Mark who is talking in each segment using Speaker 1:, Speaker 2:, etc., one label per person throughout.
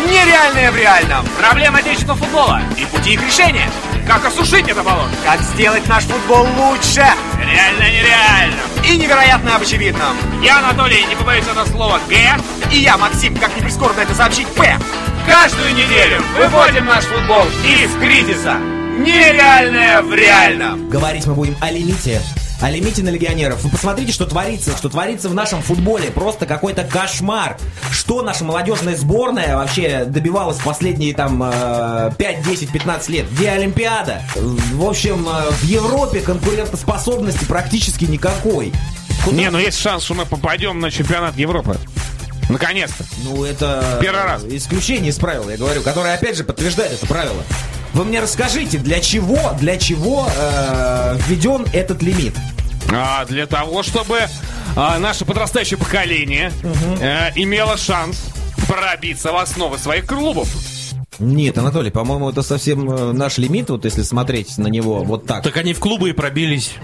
Speaker 1: нереальное в реальном.
Speaker 2: Проблема отечественного футбола и пути их решения. Как осушить это болото?
Speaker 1: Как сделать наш футбол лучше
Speaker 2: Реально нереально.
Speaker 1: и невероятно об очевидном.
Speaker 2: Я, Анатолий, не побоюсь этого слова, Г.
Speaker 1: И я, Максим, как не прискорбно это сообщить, П.
Speaker 2: Каждую неделю выводим наш футбол из кризиса. Нереальное в реальном.
Speaker 3: Говорить мы будем о лимите. О лимите на легионеров. Вы посмотрите, что творится, что творится в нашем футболе. Просто какой-то кошмар. Что наша молодежная сборная вообще добивалась в последние там э, 5, 10, 15 лет? Где Олимпиада? В общем, э, в Европе конкурентоспособности практически никакой. Куда-
Speaker 4: Не, ну есть шанс, что мы попадем на чемпионат Европы. Наконец-то.
Speaker 3: Ну, это...
Speaker 4: Первый раз.
Speaker 3: Исключение из правил, я говорю, которое, опять же, подтверждает это правило. Вы мне расскажите, для чего, для чего э, введен этот лимит?
Speaker 4: А, для того, чтобы а, наше подрастающее поколение э, имело шанс пробиться в основы своих клубов.
Speaker 3: Нет, Анатолий, по-моему, это совсем э, наш лимит, вот если смотреть на него вот так.
Speaker 5: Так они в клубы и пробились.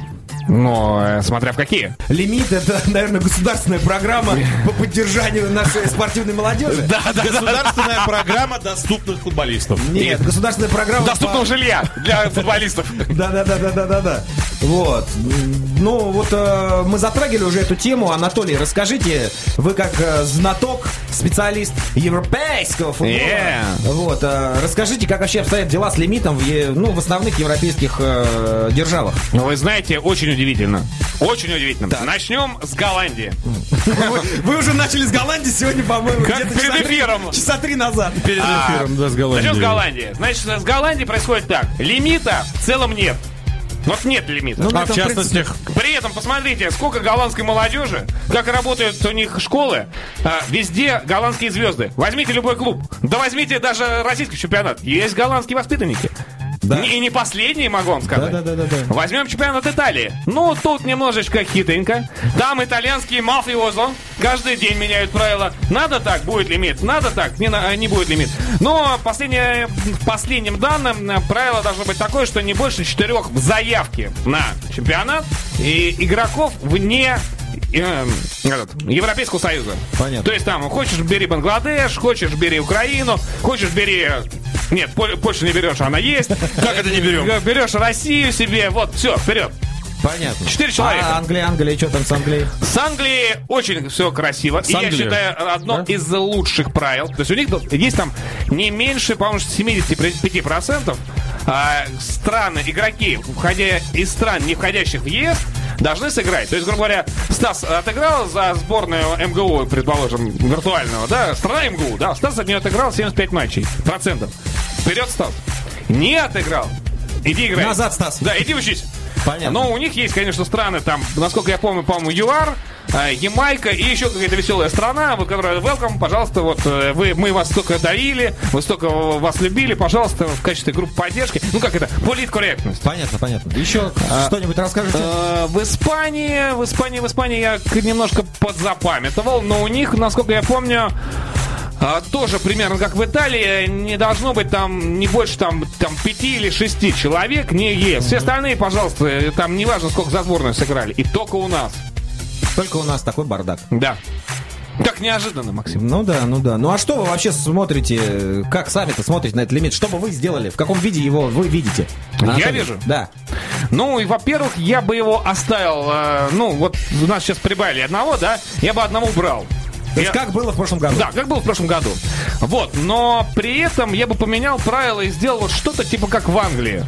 Speaker 4: Ну, э, смотря в какие.
Speaker 3: Лимит это, наверное, государственная программа по поддержанию нашей спортивной молодежи.
Speaker 5: Да, да, Государственная программа доступных футболистов.
Speaker 3: Нет, государственная программа.
Speaker 4: Доступного жилья для футболистов.
Speaker 3: Да, да, да, да, да, да, да. Вот. М, Ну, вот э, мы затрагивали уже эту тему. Анатолий, расскажите, вы как э, знаток, специалист европейского футбола.
Speaker 4: Yeah.
Speaker 3: Вот, э, расскажите, как вообще обстоят дела с лимитом в, е- ну, в основных европейских э, державах.
Speaker 4: Ну, вы знаете, очень удивительно. Очень удивительно. Начнем с Голландии.
Speaker 3: Вы, уже начали с Голландии сегодня, по-моему,
Speaker 4: Как где-то перед часа три- эфиром.
Speaker 3: часа три назад. А,
Speaker 5: Перед эфиром, да, с
Speaker 4: А, Начнем с
Speaker 5: Голландией.
Speaker 4: Голландии. Значит, с Голландии происходит так. Лимита в целом нет. Вот нет лимита.
Speaker 3: ну,
Speaker 5: А в частности,
Speaker 4: При этом, посмотрите, сколько голландской молодежи, как работают у них школы, а, везде голландские звезды. Возьмите любой клуб, да возьмите даже российский чемпионат. Есть голландские воспитанники. И не последние, могу вам сказать.
Speaker 3: Да-да-да-да-да.
Speaker 4: Возьмем чемпионат Италии. Ну, тут немножечко хитренько. Там итальянские мафиозо. Каждый день меняют правила. Надо так, будет лимит. Надо так, не, на- не будет лимит. Но последнее, последним данным э, правило должно быть такое, что не больше четырех в заявке на чемпионат и игроков вне э, этот, Европейского Союза.
Speaker 3: Понятно.
Speaker 4: То есть там, хочешь, бери Бангладеш, хочешь, бери Украину, хочешь, бери... Нет, Пол- Польшу не берешь, она есть.
Speaker 5: как это не берем?
Speaker 4: Как Берешь Россию себе, вот, все, вперед.
Speaker 3: Понятно.
Speaker 4: Четыре
Speaker 3: А
Speaker 4: человека.
Speaker 3: Англия, Англия, что там с Англией?
Speaker 4: С Англией очень все красиво. И я
Speaker 5: Англией?
Speaker 4: считаю, одно из лучших правил. То есть у них тут есть там не меньше, по-моему, 75% а, страны, игроки, входя из стран, не входящих в ЕС, должны сыграть. То есть, грубо говоря, Стас отыграл за сборную МГУ, предположим, виртуального, да? Страна МГУ, да? Стас от нее отыграл 75 матчей, процентов. Вперед, Стас. Не отыграл. Иди играй.
Speaker 3: Назад, Стас.
Speaker 4: Да, иди учись.
Speaker 3: Понятно.
Speaker 4: Но у них есть, конечно, страны, там, насколько я помню, по-моему, ЮАР, э, Ямайка и еще какая-то веселая страна, вот которая welcome, пожалуйста, вот э, вы, мы вас столько дарили, вы столько вас любили, пожалуйста, в качестве группы поддержки. Ну как это? Политкорректность.
Speaker 3: Понятно, понятно. Еще что-нибудь расскажете?
Speaker 4: А, Э, В Испании, в Испании, в Испании я к- немножко подзапамятовал, но у них, насколько я помню, э, тоже примерно как в Италии, не должно быть там не больше там, там 5 или 6 человек, не есть. Все остальные, пожалуйста, э, там неважно, сколько за сборную сыграли. И только у нас.
Speaker 3: Только у нас такой бардак.
Speaker 4: Да. Так неожиданно, Максим.
Speaker 3: Ну да, ну да. Ну а что вы вообще смотрите, э, как сами-то смотрите на этот лимит? Что бы вы сделали? В каком виде его вы видите?
Speaker 4: Я
Speaker 3: Анатолий?
Speaker 4: вижу.
Speaker 3: Да.
Speaker 4: Ну и, во-первых, я бы его оставил. э, ну, вот у нас сейчас прибавили одного, да? Я бы одного убрал.
Speaker 3: То есть
Speaker 4: Я-
Speaker 3: как было в прошлом году?
Speaker 4: Да, как было в прошлом году. Вот, но при этом я бы поменял правила и сделал вот что-то типа как в Англии.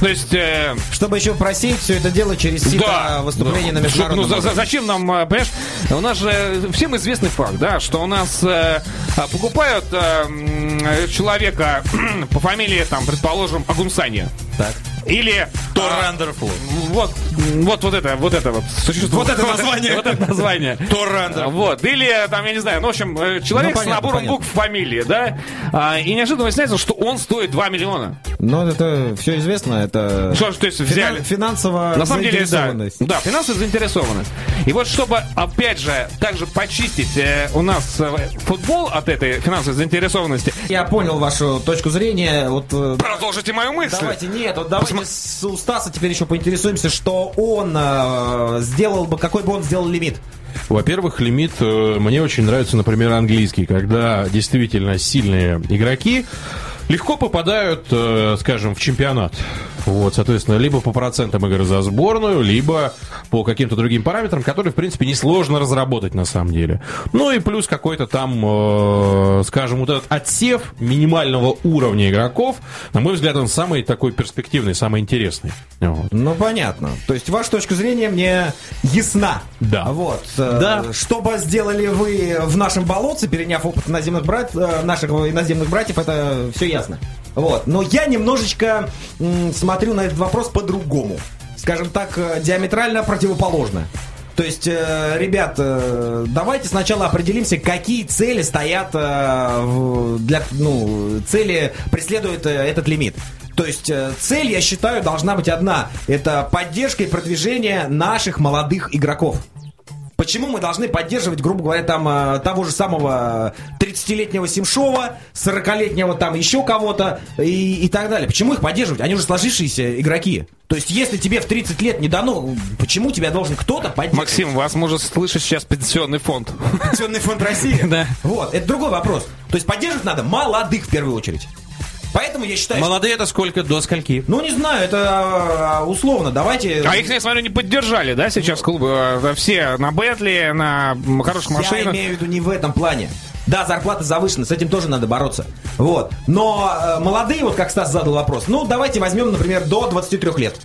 Speaker 4: То есть, э,
Speaker 3: Чтобы еще просеять все это дело через сито
Speaker 4: да.
Speaker 3: выступление
Speaker 4: Да.
Speaker 3: Типа на международном
Speaker 4: Ну, за- за-
Speaker 3: уровне.
Speaker 4: зачем нам, э, понимаешь, у нас же всем известный факт, да, что у нас э, а, покупают э, м, человека по фамилии, там, предположим, Агунсанья.
Speaker 3: Так.
Speaker 4: Или а,
Speaker 5: Торандерфул.
Speaker 4: вот, вот, вот это, вот это вот существо.
Speaker 5: Вот это название.
Speaker 4: Вот это название.
Speaker 5: Торандерфул.
Speaker 4: Вот, или там, я не знаю, ну, в общем, э, человек
Speaker 3: Ну, понятно,
Speaker 4: с набором
Speaker 3: понятно.
Speaker 4: букв фамилии, да, А, и неожиданно выясняется, что он стоит 2 миллиона.
Speaker 3: Ну это все известно, это
Speaker 4: Что ж, то есть взяли.
Speaker 3: финан- финансово
Speaker 4: На самом деле, да,
Speaker 3: заинтересованность.
Speaker 4: да, финансовая заинтересованность. И вот чтобы, опять же, также почистить э, у нас э, футбол от этой финансовой заинтересованности,
Speaker 3: Я понял вашу точку зрения. Вот э,
Speaker 4: продолжите мою мысль.
Speaker 3: Давайте, нет, вот давайте с- у Стаса теперь еще поинтересуемся, что он э, сделал бы, какой бы он сделал лимит.
Speaker 6: Во-первых, лимит э, мне очень нравится, например, английский, когда действительно сильные игроки легко попадают, э, скажем, в чемпионат. Вот, соответственно, либо по процентам игр за сборную, либо по каким-то другим параметрам, которые, в принципе, несложно разработать на самом деле. Ну и плюс какой-то там, э, скажем, вот этот отсев минимального уровня игроков, на мой взгляд, он самый такой перспективный, самый интересный. Вот.
Speaker 3: Ну, понятно. То есть, ваша точка зрения мне ясна.
Speaker 6: Да.
Speaker 3: Вот. Да. Что бы сделали вы в нашем болотце, переняв опыт наземных брат... э, наших иноземных братьев, это все ясно. Вот. Но я немножечко м, смотрю на этот вопрос по-другому. Скажем так, э, диаметрально противоположно. То есть, э, ребят, э, давайте сначала определимся, какие цели стоят э, в- для ну цели преследует э, этот лимит. То есть э, цель, я считаю, должна быть одна: это поддержка и продвижение наших молодых игроков. Почему мы должны поддерживать, грубо говоря, там э, того же самого 30-летнего Семшова, 40-летнего там еще кого-то и, и так далее? Почему их поддерживать? Они уже сложившиеся игроки. То есть, если тебе в 30 лет не дано, почему тебя должен кто-то поддерживать?
Speaker 4: Максим, вас может слышать сейчас пенсионный фонд.
Speaker 3: Пенсионный фонд России.
Speaker 4: Да.
Speaker 3: Вот, это другой вопрос. То есть поддерживать надо молодых в первую очередь. Поэтому я считаю, что-
Speaker 5: Молодые это сколько? До скольки?
Speaker 3: ну не знаю, это э, условно. Давайте.
Speaker 4: А их, я смотрю, не поддержали, да, сейчас клубы? Э, Все на Бентли, на м, хороших
Speaker 3: Я
Speaker 4: машинах.
Speaker 3: имею в виду не в этом плане. Да, зарплата завышена, с этим тоже надо бороться. Вот. Но э, молодые, вот как Стас задал вопрос, ну давайте возьмем, например, до 23 лет.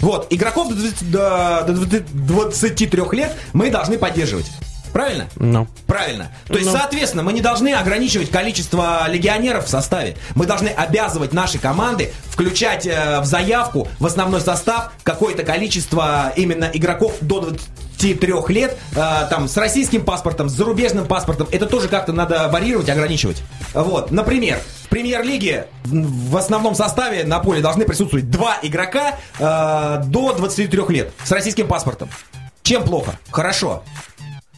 Speaker 3: Вот, игроков до 20 до, до 23 лет мы должны поддерживать. Правильно?
Speaker 6: Ну.
Speaker 3: Правильно. То есть, соответственно, мы не должны ограничивать количество легионеров в составе. Мы должны обязывать наши команды включать э, в заявку в основной состав какое-то количество именно игроков до 23 лет, э, там, с российским паспортом, с зарубежным паспортом. Это тоже как-то надо варьировать, ограничивать. Вот, например, в премьер-лиге в основном составе на поле должны присутствовать два игрока э, до 23 лет с российским паспортом. Чем плохо? Хорошо.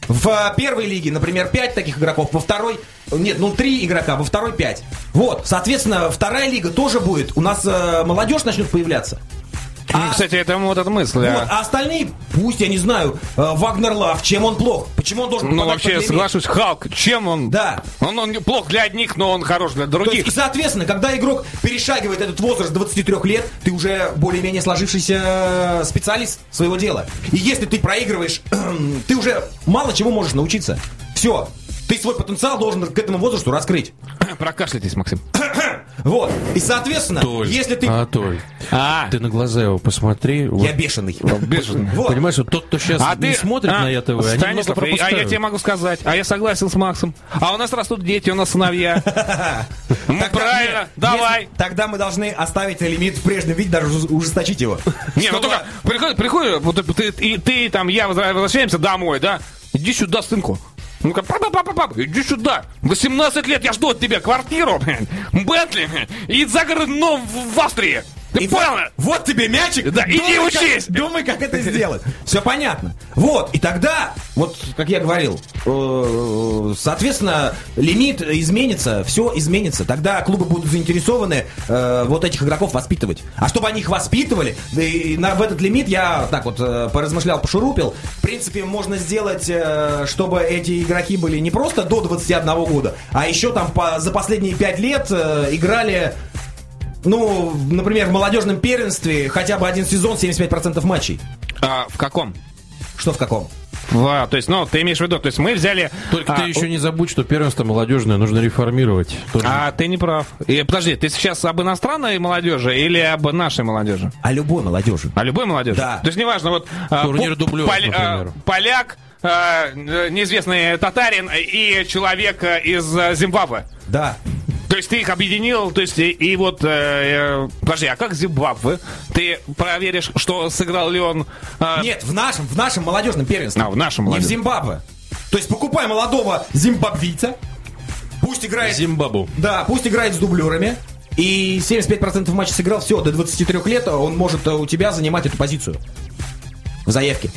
Speaker 3: В первой лиге, например, 5 таких игроков, во второй... Нет, ну 3 игрока, во второй 5. Вот, соответственно, вторая лига тоже будет. У нас э, молодежь начнет появляться.
Speaker 4: М, Кстати, это вот эта мысль.
Speaker 3: А, Вот,
Speaker 4: а.
Speaker 3: а остальные, пусть, я не знаю, э, Вагнер Лав, чем он плох? Почему он должен
Speaker 4: Ну,
Speaker 3: попадать под
Speaker 4: вообще,
Speaker 3: лимит?
Speaker 4: соглашусь, Халк, чем он?
Speaker 3: Да.
Speaker 4: Он, он плох для одних, но он хорош для
Speaker 3: То
Speaker 4: других.
Speaker 3: есть, и, соответственно, когда игрок перешагивает этот возраст 23 лет, ты уже более-менее сложившийся э, специалист своего дела. И если ты проигрываешь, ты уже мало чему можешь научиться. Все. Ты свой потенциал должен к этому возрасту раскрыть.
Speaker 4: Прокашляйтесь, Максим.
Speaker 3: Вот. И, соответственно,
Speaker 6: Толь,
Speaker 3: если ты...
Speaker 6: А, Толь,
Speaker 4: А,
Speaker 6: ты на глаза его посмотри. вот Ну,
Speaker 3: Я бешеный.
Speaker 4: бешеный.
Speaker 3: Вот.
Speaker 6: Понимаешь, вот тот, кто сейчас
Speaker 4: А
Speaker 6: не
Speaker 4: ты
Speaker 6: смотрит
Speaker 4: а,
Speaker 6: на это, они много
Speaker 4: Станислав, и- а
Speaker 6: пропускают.
Speaker 4: я тебе могу сказать, а я согласен с Максом. А у нас растут дети, у нас сыновья. Ну,
Speaker 3: Тогда-
Speaker 4: правильно,
Speaker 3: нет,
Speaker 4: давай.
Speaker 3: если- тогда мы должны оставить лимит в прежнем виде, даже уж- ужесточить его.
Speaker 4: Не, ну
Speaker 3: Чтобы-
Speaker 4: только приходит, приходит, вот ты, и ты, там, я возра- возвращаемся домой, да? Иди сюда, сынку. Ну-ка, папа, папа, папа, иди сюда. 18 лет я жду от тебя квартиру, блин, Бентли блин, и загородный дом в в Австрии. Ты
Speaker 3: И
Speaker 4: понял?
Speaker 3: вот- Вот тебе мячик.
Speaker 4: Да, иди
Speaker 3: Думай, как-
Speaker 4: учись.
Speaker 3: Думай, как это сделать. Все понятно. Вот, и тогда, вот, как я говорил, э, соответственно, лимит изменится, все изменится. Тогда клубы будут заинтересованы э, вот этих игроков воспитывать. А чтобы они их воспитывали, да и на, в этот лимит я так вот э, поразмышлял, пошурупил. В принципе, можно сделать, э, чтобы эти игроки были не просто до 21 года, а еще там по- за последние 5 лет э, играли ну, например, в молодежном первенстве хотя бы один сезон 75% матчей.
Speaker 4: А, в каком?
Speaker 3: Что в каком?
Speaker 4: В, а, то есть, ну, ты имеешь в виду, то есть мы взяли...
Speaker 6: Только
Speaker 4: а,
Speaker 6: ты еще не забудь, что первенство молодежное нужно реформировать. Тоже
Speaker 4: А, ты не прав. И, подожди, ты сейчас об иностранной молодежи или об нашей молодежи?
Speaker 3: А любой молодежи.
Speaker 4: О любой молодежи?
Speaker 3: Да.
Speaker 4: То есть неважно, вот... а,
Speaker 6: Турнир
Speaker 4: пу-
Speaker 6: дублеров,
Speaker 4: поля- а,
Speaker 6: например.
Speaker 4: поляк, а, э, неизвестный татарин и человек э, из э, Зимбабве.
Speaker 3: Да.
Speaker 4: То есть ты их объединил, то есть и, и вот... э, э, подожди, а как Зимбабве? Ты проверишь, что сыграл ли он... э,
Speaker 3: Нет, в нашем, в нашем молодежном первенстве.
Speaker 4: А, в нашем
Speaker 3: Не в
Speaker 4: молодёжном.
Speaker 3: Зимбабве. То есть покупай молодого зимбабвийца, пусть играет,
Speaker 6: Зимбабу.
Speaker 3: да, пусть играет с дублерами, и 75% матча сыграл, все, до 23 лет он может э, у тебя занимать эту позицию в заявке.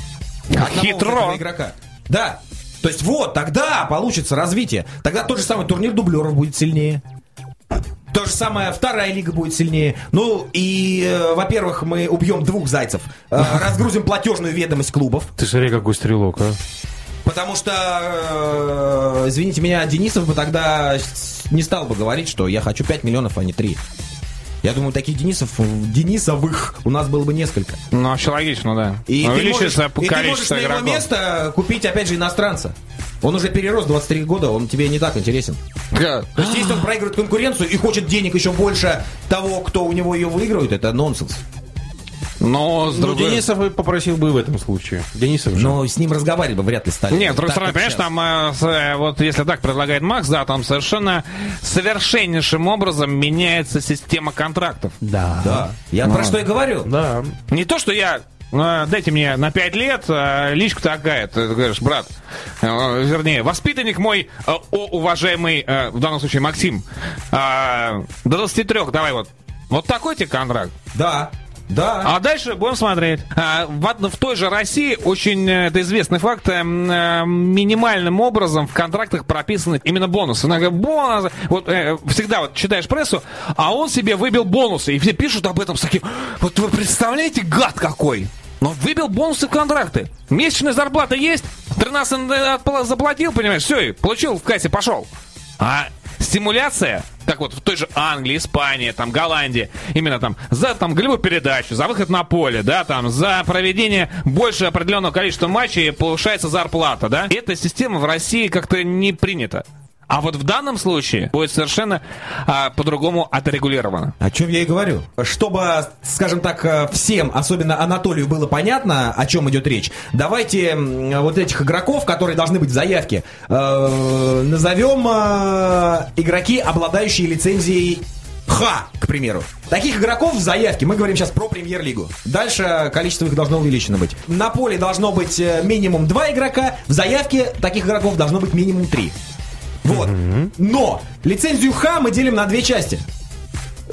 Speaker 3: Одного
Speaker 4: хитро.
Speaker 3: вот этого игрока. Да. То есть вот, тогда получится развитие. Тогда тот же самый турнир дублеров будет сильнее. То же самое, вторая лига будет сильнее. Ну и, э, во-первых, мы убьем двух зайцев. Э, разгрузим платежную ведомость клубов.
Speaker 6: Ты смотри, какой стрелок, а.
Speaker 3: Потому что, э, извините меня, Денисов бы тогда с- не стал бы говорить, что я хочу 5 миллионов, а не 3. Я думаю, таких Денисов, Денисовых у нас было бы несколько.
Speaker 4: Ну, вообще логично, да.
Speaker 3: И, ты можешь,
Speaker 4: Увеличится
Speaker 3: и ты можешь
Speaker 4: количество
Speaker 3: на его
Speaker 4: игроков.
Speaker 3: место купить, опять же, иностранца. Он уже перерос 23 года, он тебе не так интересен. То есть, если он проигрывает конкуренцию и хочет денег еще больше того, кто у него ее выигрывает, это нонсенс.
Speaker 4: Но с
Speaker 6: Ну,
Speaker 4: другой
Speaker 6: Денисов и попросил бы в этом случае. Денисов же.
Speaker 3: Но с ним разговаривать бы вряд ли стали.
Speaker 4: Нет, с другой
Speaker 3: Так,
Speaker 4: стороны,
Speaker 3: как
Speaker 4: понимаешь,
Speaker 3: сейчас.
Speaker 4: там, э, с, э, вот если так предлагает Макс, да, там совершенно совершеннейшим образом меняется система контрактов.
Speaker 3: Да. Я про что и говорю.
Speaker 6: Да.
Speaker 4: Не то, что я э, дайте мне на 5 лет э, личку такая. Ты говоришь, брат, э, вернее, воспитанник мой, э, о, уважаемый, э, в данном случае Максим, э, до 23, давай вот. Вот такой тебе контракт.
Speaker 3: Да. Да.
Speaker 4: А дальше будем смотреть. А, в, од- в той же России очень э, это известный факт. э, м, э, минимальным образом в контрактах прописаны именно бонусы. Она говорит, бонусы. Вот э, всегда вот читаешь прессу, а он себе выбил бонусы. И все пишут об этом с таким. Вот вы представляете, гад какой! Но выбил бонусы в контракты. Месячная зарплата есть, 13 на- отпла- заплатил, понимаешь, все, и получил в кассе, пошел. А стимуляция, как вот в той же Англии, Испании, там, Голландии, именно там, за там голевую передачу, за выход на поле, да, там, за проведение больше определенного количества матчей повышается зарплата, да. Эта система в России как-то не принята. А вот в данном случае будет совершенно а, по-другому отрегулировано.
Speaker 3: О чем я и говорю. Чтобы, скажем так, э, всем, особенно Анатолию, было понятно, о чем идет речь, давайте м, вот этих игроков, которые должны быть в заявке, э, назовем э, игроки, обладающие лицензией Х, к примеру. Таких игроков в заявке, мы говорим сейчас про премьер-лигу. Дальше количество их должно увеличено быть. На поле должно быть э, минимум два игрока, в заявке таких игроков должно быть минимум три. Вот. Но лицензию Х мы делим на две части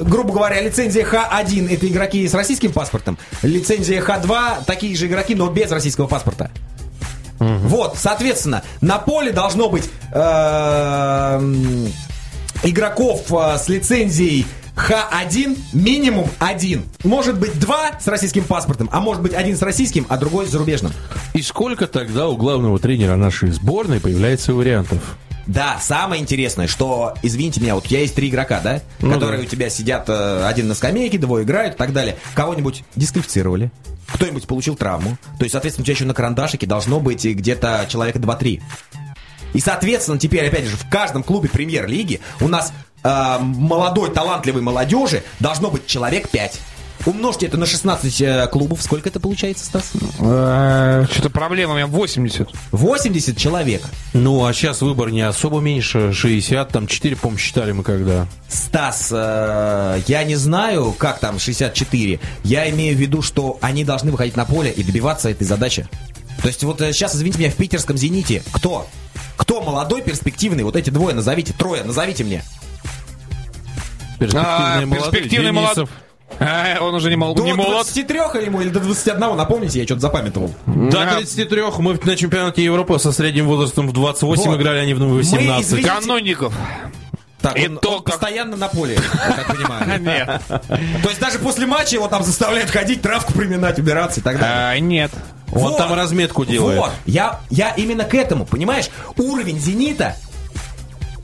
Speaker 3: грубо говоря, лицензия Х1 это игроки с российским паспортом, лицензия Х2 такие же игроки, но без российского паспорта. Вот, соответственно, на поле должно быть эм, игроков э, с лицензией Х1 минимум один. Может быть два с российским паспортом, а может быть один с российским, а другой с зарубежным.
Speaker 6: И сколько тогда у главного тренера нашей сборной появляется вариантов?
Speaker 3: Да, самое интересное, что, извините меня, вот у тебя есть три игрока, да? которые у тебя сидят, э, один на скамейке, двое играют и так далее. Кого-нибудь дисквалифицировали, кто-нибудь получил травму. То есть, соответственно, у тебя еще на карандашике должно быть э, где-то человека 2-3. И, соответственно, теперь, опять же, в каждом клубе премьер-лиги у нас э, молодой, талантливой молодежи должно быть человек 5. Умножьте это на 16 э, клубов. Сколько это получается, Стас?
Speaker 4: Ну. Что-то проблема у меня 80.
Speaker 3: 80 человек.
Speaker 6: Ну, а сейчас выбор не особо меньше, 60, там 4, по-моему, считали мы когда.
Speaker 3: А, Стас, э, я не знаю, как там 64. Я имею в виду, что они должны выходить на поле и добиваться этой задачи. То есть вот э, сейчас, извините меня, в питерском «Зените» кто? Кто молодой, перспективный? Вот эти двое назовите, трое назовите мне.
Speaker 6: Перспективные
Speaker 4: А, перспективный молод-
Speaker 6: Денисов.
Speaker 4: А, он уже не, мол-
Speaker 3: До
Speaker 4: не молод.
Speaker 3: 23 или ему, или до 21, напомните, я что-то запамятовал.
Speaker 6: До 33 мы на чемпионате Европы со средним возрастом в 28
Speaker 3: Вот.
Speaker 6: играли, они в 18.
Speaker 3: извини-
Speaker 4: Канонников.
Speaker 3: Так,
Speaker 4: И
Speaker 3: он,
Speaker 4: то,
Speaker 3: он
Speaker 4: как-
Speaker 3: постоянно на поле, я так понимаю.
Speaker 4: Нет.
Speaker 3: То есть даже после матча его там заставляют ходить, травку приминать, убираться и так далее.
Speaker 4: А, Нет.
Speaker 6: Он
Speaker 3: Вот.
Speaker 6: там разметку делает.
Speaker 3: Вот, я, я именно к этому, понимаешь? Уровень «Зенита»,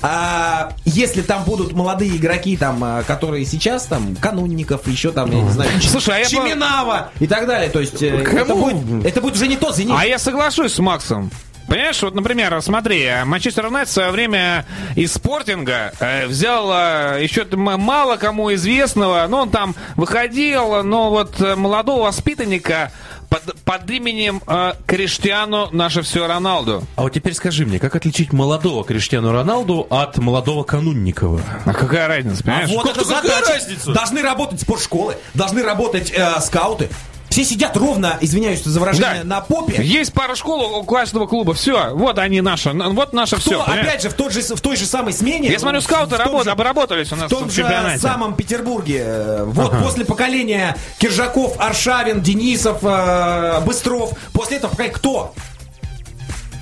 Speaker 3: а если там будут молодые игроки, там, а, которые сейчас, там, Канунников, еще там, я не знаю, Ч-
Speaker 4: Слушай, а я бы-
Speaker 3: Чиминава и так далее, то есть э, это, будет, это будет уже не тот «Зенит».
Speaker 4: А я соглашусь с Максом. Понимаешь, вот, например, смотри, э, Манчестер Юнайтед в свое время из спортинга э, взял э, еще т- м- мало кому известного, но он там выходил, но вот э, молодого воспитанника под, под именем э, Криштиану наше все Роналду.
Speaker 6: А вот теперь скажи мне, как отличить молодого Криштиану Роналду от молодого Канунникова?
Speaker 4: А какая разница,
Speaker 3: А
Speaker 4: понимаешь?
Speaker 3: вот это задача. Должны работать спортшколы, должны работать э, скауты. Все сидят ровно, извиняюсь за выражение,
Speaker 4: Да.
Speaker 3: на попе.
Speaker 4: Есть пара школ у каждого клуба, все, вот они наши, н- вот наше все.
Speaker 3: То, опять же, в, тот же, в той же самой смене...
Speaker 4: Я смотрю,
Speaker 3: в-
Speaker 4: скауты
Speaker 3: в том
Speaker 4: работ-
Speaker 3: же-
Speaker 4: обработались у
Speaker 3: в
Speaker 4: нас
Speaker 3: том
Speaker 4: в
Speaker 3: же
Speaker 4: чемпионате.
Speaker 3: самом Петербурге. э, Вот после поколения Киржаков, Аршавин, Денисов, э, Быстров. После этого поколения кто?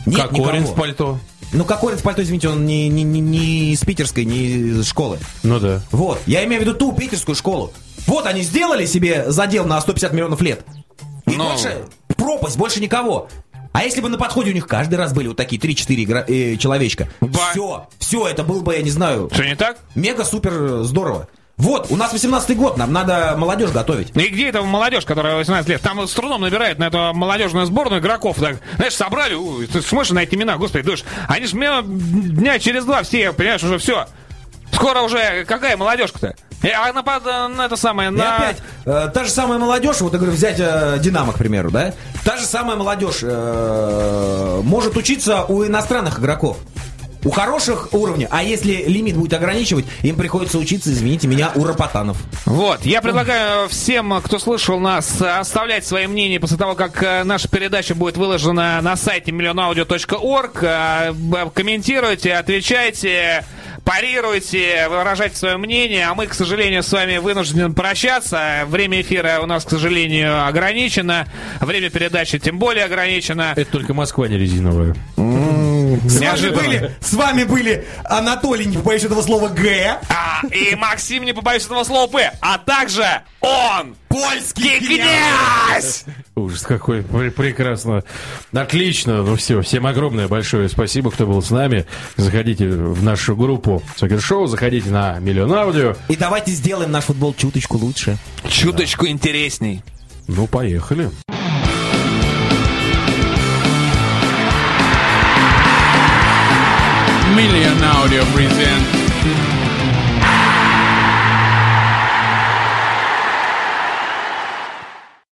Speaker 3: Нет
Speaker 6: Как Корин в
Speaker 3: никого.
Speaker 6: пальто.
Speaker 3: Ну, Кокорин в пальто, извините, он не, не, не, не из питерской, не из школы.
Speaker 6: Ну да.
Speaker 3: Вот. Я имею в виду ту питерскую школу. Вот они сделали себе задел на 150 миллионов лет. И
Speaker 4: Но-
Speaker 3: больше пропасть, больше никого. А если бы на подходе у них каждый раз были вот такие 3-4 игра- э, человечка, все, все, это было бы, я не знаю,
Speaker 4: Что не так?
Speaker 3: мега-супер э, здорово. Вот, у нас 18-й год, нам надо молодежь готовить.
Speaker 4: Ну И где эта молодежь, которая 18 лет? Там с трудом набирает на эту молодежную сборную игроков. Так, знаешь, собрали, у, ты смотришь на эти имена, господи, душ. Они же меня дня через два все, понимаешь, уже все. Скоро уже какая молодежка-то? Э, А на, под- на это самое,
Speaker 3: И
Speaker 4: на...
Speaker 3: опять, э, та же самая молодежь, вот я говорю, взять э, Динамо, к примеру, да? Та же самая молодежь э, может учиться у иностранных игроков. У хороших уровней, а если лимит будет ограничивать, им приходится учиться, извините меня, у Рапотанов.
Speaker 4: Вот, я предлагаю всем, кто слышал нас, оставлять свои мнения после того, как э, наша передача будет выложена на сайте millionaaudio.org. Э, б- Комментируйте, отвечайте, парируйте, выражайте свое мнение. А мы, к сожалению, с вами вынуждены прощаться. Время эфира у нас, к сожалению, ограничено. Время передачи тем более ограничено.
Speaker 6: Это только Москва не резиновая.
Speaker 3: С вами
Speaker 4: Неожиданно.
Speaker 3: были, с вами были Анатолий, не побоюсь этого слова, Г.
Speaker 4: А, и Максим, не побоюсь этого слова, П, а также он, польский князь!
Speaker 6: Ужас какой, пр- прекрасно. Отлично, ну все, всем огромное большое спасибо, кто был с нами. Заходите в нашу группу Сокер-шоу, заходите на Миллион Аудио.
Speaker 3: И давайте сделаем наш футбол чуточку лучше.
Speaker 4: Чуточку интересней.
Speaker 6: Ну, поехали.
Speaker 7: Million Audio present